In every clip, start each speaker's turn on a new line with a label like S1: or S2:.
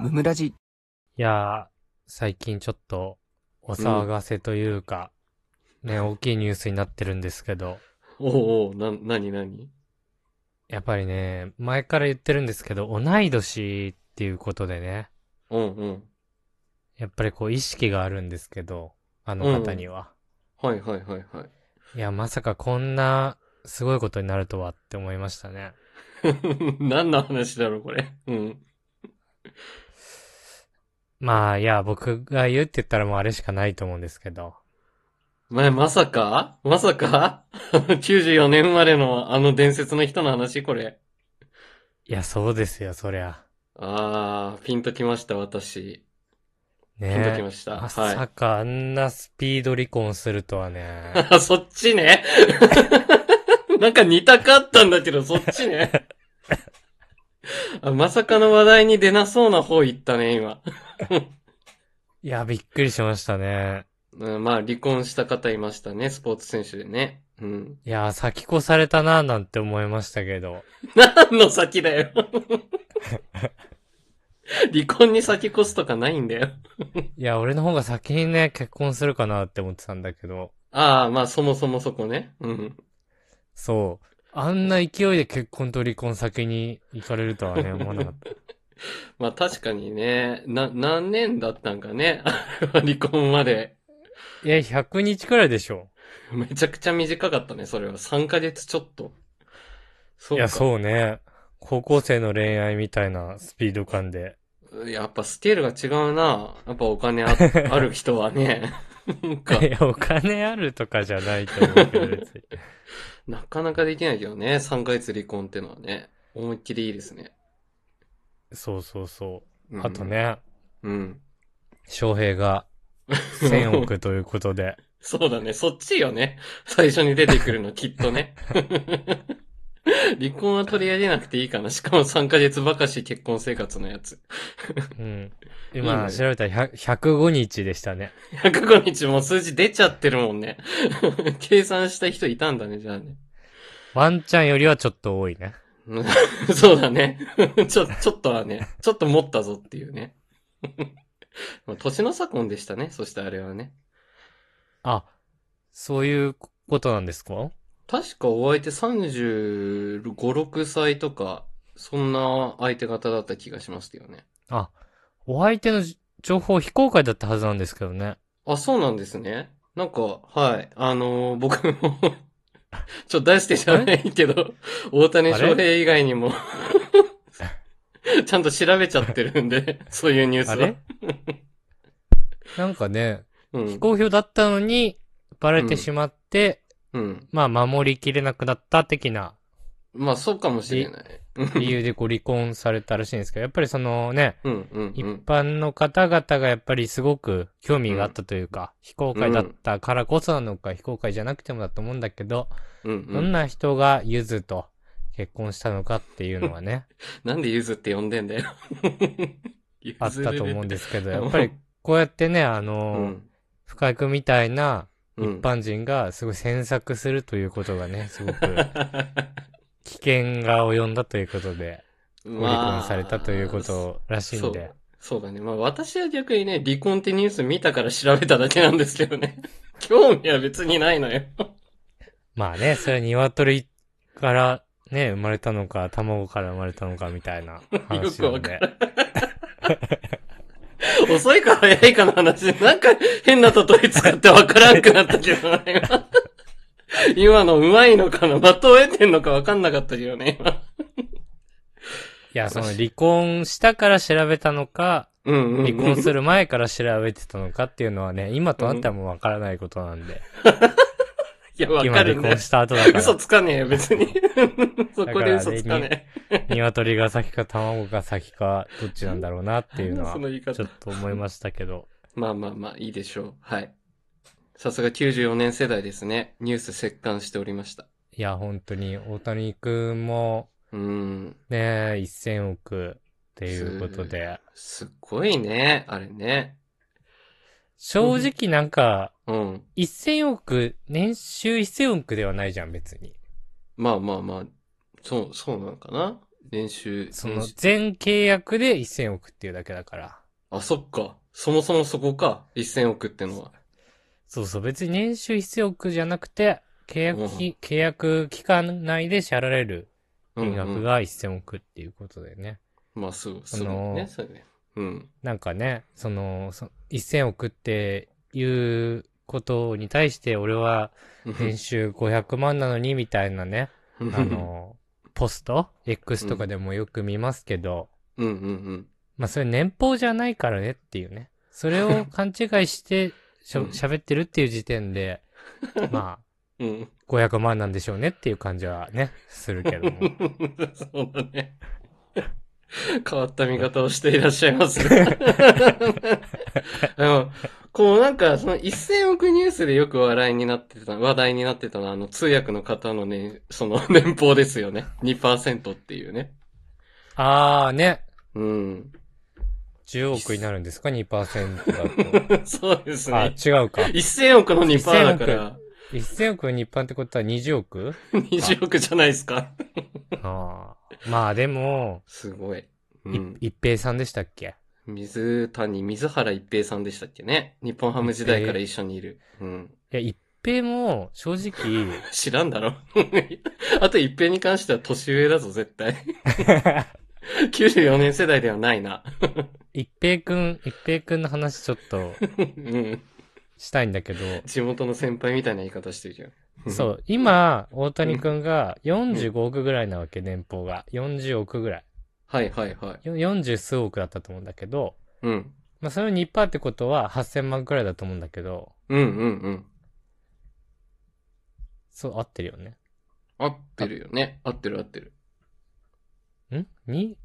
S1: ムムラジ。
S2: いやー、最近ちょっとお騒がせというか、ね、大きいニュースになってるんですけど、
S3: おうおう、な、なになに
S2: やっぱりね、前から言ってるんですけど、同い年っていうことでね、
S3: うんうん。
S2: やっぱりこう意識があるんですけど、あの方には。
S3: はいはいはいはい。
S2: いや、まさかこんなすごいことになるとはって思いましたね。
S3: 何の話だろう、これ。うん。
S2: まあ、いや、僕が言うって言ったらもうあれしかないと思うんですけど、
S3: 前、まさかまさか ?94 年生まれのあの伝説の人の話、これ。
S2: いや、そうですよ、そりゃ。
S3: あー、ピンときました、私。ピンとき
S2: ね
S3: ました。
S2: ま
S3: は
S2: さかあんなスピード離婚するとはね。
S3: い。 そっちね。なんか似たかったんだけど、そっちね。あまさかの話題に出なそうな方行ったね、今。
S2: いや、びっくりしましたね。
S3: うん、まあ、離婚した方いましたね、スポーツ選手でね。うん。
S2: いや、先越されたなぁなんて思いましたけど。
S3: 何の先だよ。離婚に先越すとかないんだよ。
S2: いや、俺の方が先にね、結婚するかなって思ってたんだけど。
S3: ああ、まあそもそもそこね。うん。
S2: そう。あんな勢いで結婚と離婚先に行かれるとはね、思わなか った。
S3: まあ確かにね、な、何年だったんかね。 離婚まで。
S2: いや、100日くらいでしょ。
S3: めちゃくちゃ短かったね、それは。3ヶ月ちょっと。そ
S2: いうや、
S3: か。
S2: そうね。高校生の恋愛みたいなスピード感で。
S3: やっぱスケールが違うな。やっぱお 金あある人はね。なんか
S2: い、や、お金あるとかじゃないと思うけど、 別に。
S3: なかなかできないけどね、3ヶ月離婚ってのはね。思いっきりいいですね。
S2: そうそうそうう。
S3: ん
S2: あと。ね、
S3: うん。
S2: 翔平が1000億ということで。
S3: そうだね。そっちよね。最初に出てくるの、きっとね。離婚は取り上げなくていいかな。しかも3ヶ月ばかし結婚生活のやつ。
S2: うん。
S3: いい
S2: 今、
S3: ね
S2: 調べたら100 105日でしたね。
S3: 105日もう数字出ちゃってるもんね。計算した人いたんだね、じゃあね。
S2: ワンちゃんよりはちょっと多いね。
S3: うんそうだね。ちょ、ちょっとはね、ちょっと持ったぞっていうね。まあ年の差婚でしたね。そしてあれはね。
S2: あ、そういうことなんですか
S3: 確かお相手35、6歳とか、そんな相手方だった気がしますけどね。
S2: あ、お相手のじ情報非公開だったはずなんですけどね。
S3: あ、そうなんですね。なんか、はい。あのー僕も、 ちょっと出してじゃないけど、大谷翔平以外にも、 ちゃんと調べちゃってるんで、 そういうニュース
S2: あ
S3: は。
S2: れなんかね、
S3: う
S2: 非
S3: ん。
S2: 公表だったのに、バレてしまって、
S3: うん。
S2: まあ、守りきれなくなった的な
S3: まあ、そうかもしれない。
S2: 理由でこう離婚されたらしいんですけど、やっぱりそのね、
S3: うん、うん、
S2: 一
S3: うん。
S2: 般の方々がやっぱりすごく興味があったというか、非公開だったからこそなのか、非公開じゃなくてもだと思うんだけど、
S3: うん、う
S2: どん
S3: ん。
S2: な人がゆずと結婚したのかっていうのは ね、
S3: なんでゆずって呼んでんだよ。ゆ
S2: あっ
S3: ず
S2: た
S3: る
S2: と
S3: ね
S2: 思うんですけど、やっぱりこうやってね、あ
S3: う
S2: の、
S3: ん。
S2: 深くみたいな
S3: う
S2: 一
S3: ん。
S2: 般人がすごい詮索するということがね、すごく危険が及んだということ で、ご離婚されたということらしいんで。
S3: そうだね。まあ私は逆にね、離婚ってニュース見たから調べただけなんですけどね。 興味は別にないのよ。
S2: まあね、それは鶏からね、生まれたのか、卵から生まれたのかみたいな
S3: よ
S2: 話
S3: く
S2: な
S3: わ
S2: ん
S3: か
S2: で。
S3: らん。遅いか早いかの話で、なんか変な例え使ってわからんくなったけどね。 今今のうまいのかな的を得てんのかわかんなかったけどね、今。
S2: いや、その離婚したから調べたのか、
S3: うんうん、
S2: 離婚する前から調べてたのかっていうのはね、今となってはもうわからないことなんで。
S3: いや、わ
S2: 今
S3: か
S2: 離
S3: るんだ
S2: 婚
S3: よ。
S2: した後だか
S3: 嘘
S2: ら、
S3: つかねえよ、別に。 そこで
S2: だからあ
S3: 嘘
S2: れに
S3: つかね
S2: 鶏が先か卵が先か、どっちなんだろうなって
S3: え。
S2: いうのは
S3: そ、の言い方
S2: ちょっ。と思いましたけど。
S3: まあまあまあ、いいでしょう。はい。さすが94年世代ですね。ニュース折感しておりました。
S2: いや、本当に、大谷くんも、
S3: うーん。
S2: ね、1000億っていうことで、
S3: すっごいね、あれね。
S2: 正直なんか、
S3: うん。
S2: 1000億、年収1000億ではないじゃん、別に。
S3: まあまあまあ、そう、そうなのかな。年収。
S2: その、全契約で1000億っていうだけだから。
S3: あ、そっか。そもそもそこか。1000億ってのは。
S2: そうそう、別に年収1000億じゃなくて、契約き、契約期間内で支払える
S3: うん
S2: 金額
S3: うん、
S2: が1000億っていうことだよね。
S3: まあ、そう、
S2: そ
S3: そう
S2: の
S3: ね、そうね。うん。
S2: なんかね、その、そ1000億っていうことに対して、俺は年収500万なのにみたいなね、
S3: うん
S2: あ、の、ポスト ?X とかでもよく見ますけど、
S3: うんうんうん。
S2: まあそれ年俸じゃないからねっていうね。それ を勘違いしてしゃ
S3: うん
S2: 喋ってるっていう時点 で、ま
S3: うん。
S2: あ、500万なんでしょうねっていう感じはね、するけども。
S3: そうだね。 変わった見方をしていらっしゃいますね。 うんこうなんか、その1000億ニュースでよく話題になってた、話題になってたのは、あの、通訳の方のね、その 年俸ですよね。2%っていうね。
S2: あーね、
S3: うん。
S2: 10億になるんですか ?2% だと。
S3: そうです
S2: あ、
S3: ね。
S2: 違うか。
S3: 1000億の2%だから、
S2: 1000億日本ってことは20億
S3: 20億じゃないですか。
S2: ああ。まあでも、
S3: すごい。う
S2: い
S3: ん。
S2: 一平さんでしたっけ
S3: 水谷、水原一平さんでしたっけね。日本ハム時代から一緒にいる。うん。
S2: いや、一平も正 直、
S3: 知らんだろ。あと一平に関しては年上だぞ、絶対。94年世代ではないな。
S2: 一平くん、一平くんの話ちょっと
S3: うん。
S2: したいんだけど、
S3: 地元の先輩みたいな言い方してるじゃん。
S2: そう、今、大谷くんが45億ぐらいなわけ、年俸が。40億ぐらい。
S3: はいはいはい。
S2: よ40数億だったと思うんだけど、
S3: うん。
S2: まあそれを2%ってことは8000万くらいだと思うんだけど、
S3: うんうんうん。
S2: そう、合ってるよね。
S3: 合ってるよね。合ってる合ってる。
S2: ん ?2?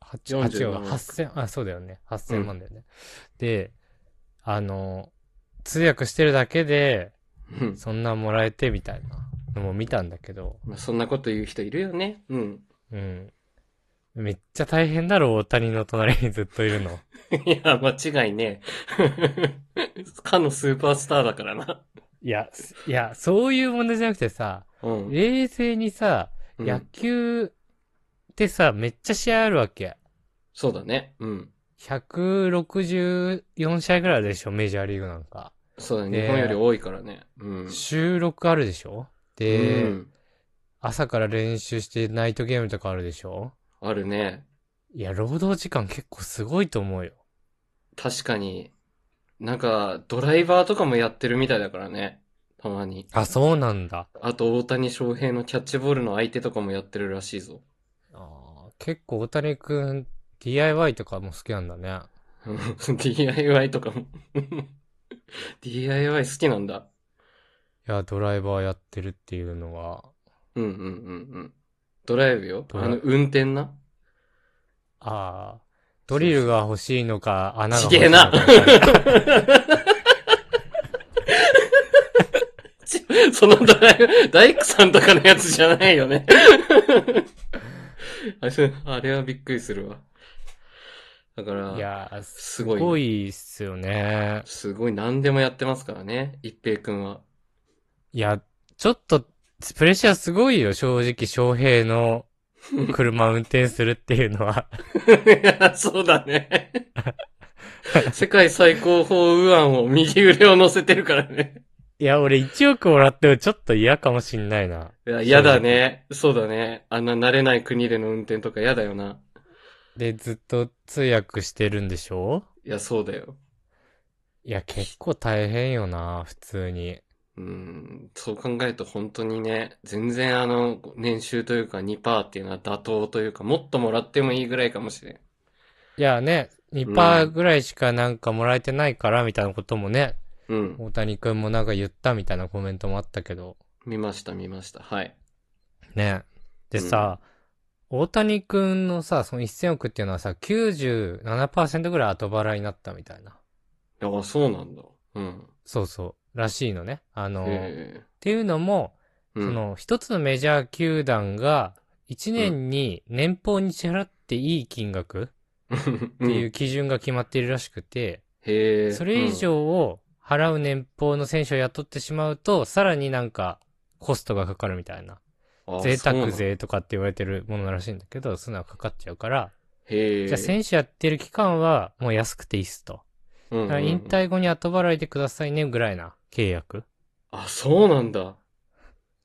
S2: 八
S3: 47
S2: 8は8000、あ、そうだよね。8000万だよね。で、あの、通訳してるだけで、
S3: うん。
S2: そんなもらえてみたいなのも見たんだけど、
S3: まあ、そんなこと言う人いるよね。うん。
S2: うん。めっちゃ大変だろ、大谷の隣にずっといるの。
S3: いや、間違いねえ。 かのスーパースターだからな。
S2: いや、すいや、そういう問題じゃなくてさ、
S3: うん。
S2: 冷静にさ、
S3: うん
S2: 野球ってさ、めっちゃ試合あるわけ。
S3: そうだね。うん。
S2: 164試合ぐらいあるでしょ、メジャーリーグなんか。
S3: そうだ
S2: で
S3: ね。日本より多いからね。うん。
S2: 収録あるでしょで、
S3: うん。
S2: 朝から練習してナイトゲームとかあるでしょ
S3: あるね。
S2: いや、労働時間結構すごいと思うよ。
S3: 確かに。なんか、ドライバーとかもやってるみたいだからね。たまに。
S2: あ、そうなんだ。
S3: あと、大谷翔平のキャッチボールの相手とかもやってるらしいぞ。
S2: あー結構大谷くん DIY とかも好きなんだね。
S3: DIY とかも。DIY 好きなんだ。
S2: いや、ドライバーやってるっていうのは。
S3: うんうんうんうん。ドライブよ。
S2: ドラ
S3: あの、運転な。
S2: ああ、ドリルが欲しいのか、穴が
S3: ち
S2: 欲し
S3: げ
S2: い
S3: え
S2: の
S3: な
S2: か。
S3: ち そのドライブ、大工さんとかのやつじゃないよね。 あれあれはびっくりするわ。だか ら、
S2: いやー、す
S3: すごいね
S2: ごいっすよね。
S3: すごい何でもやってますからね、一平くんは。
S2: いや、ちょっと、プレッシャーすごいよ、正直、翔平の車運転するっていうのは。
S3: いやそうだね。世界最高峰右腕を右腕を乗せてるからね。
S2: いや、俺1億もらってもちょっと嫌かもしんないな。
S3: いや嫌だね。そうだね。あんな慣れない国での運転とか嫌だよな。
S2: で、ずっと通訳してるんでしょ
S3: いや、そうだよ。
S2: いや、結構大変よな、普通に。
S3: うん、そう考えると本当にね、全然あの、年収というか2%っていうのは妥当というか、もっともらってもいいぐらいかもしれん。
S2: いやね、2%ぐらいしかなんかもらえてないから、みたいなこともね、
S3: うん。
S2: 大谷くんもなんか言ったみたいなコメントもあったけど。
S3: 見ました、見ました。はい。
S2: ね。でさ、大谷くんのさ、その1000億っていうのはさ、97%ぐらい後払いになったみたいな。
S3: ああ、そうなんだ。うん。
S2: そうそう。らしいのね。あの、っ
S3: へえ。
S2: ていうのも、
S3: うん
S2: その、一つのメジャー球団が、1年に年俸に支払っていい金額ってい
S3: うん
S2: う基準が決まっているらしくて、
S3: へえ。
S2: それ以上を払う年俸の選手を雇ってしまうと、さらになんか、コストがかかるみたいな。
S3: あ
S2: 贅
S3: そうな
S2: 沢
S3: の
S2: 税とかって言われてるものらしいんだけど、そういうのはかかっちゃうから、
S3: へえ。
S2: じゃあ選手やってる期間はもう安くていいっすと。
S3: うんう
S2: だ
S3: ん
S2: から引退後に後払いでくださいねぐらいな契約
S3: あ、そうなんだ。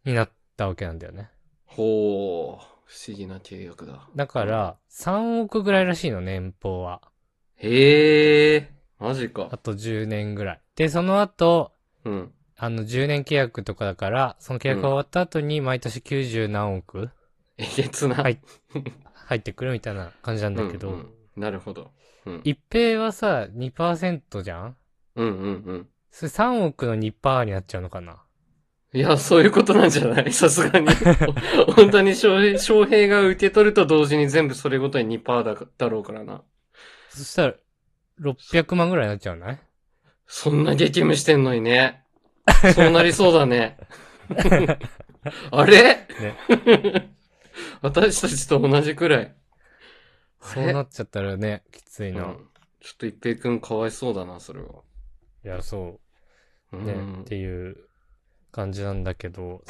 S2: になったわけなんだよね。
S3: ほう。不思議な契約だ。
S2: だから、3億ぐらいらしいの、年俸は。
S3: へえ。マジか
S2: あ。と10年ぐらい。で、その後、
S3: うん。
S2: あの、10年契約とかだから、その契約が終わった後に毎年90何億
S3: えげつな。
S2: はい入ってくるみたいな感じなんだけど、
S3: うんうんなるほど。うん。
S2: 一平はさ、2%じゃん
S3: うんうんうん。
S2: それ3億の2%になっちゃうのかない
S3: や、そういうことなんじゃない さす がに。本当に翔平翔平が受け取ると同時に全部それごとに2%だだろうからな。
S2: そしたら、600万ぐらいになっちゃうない
S3: そんな激務してんのにね。そうなりそう だね。あれ、 私たちと同じくらい。あ
S2: そ
S3: れ
S2: うなっちゃったらね、きつい
S3: うん
S2: な。
S3: ちょっと一平くんかわいそうだな、それは。
S2: いや、そうう。ね、
S3: ん
S2: っていう感じなんだけど、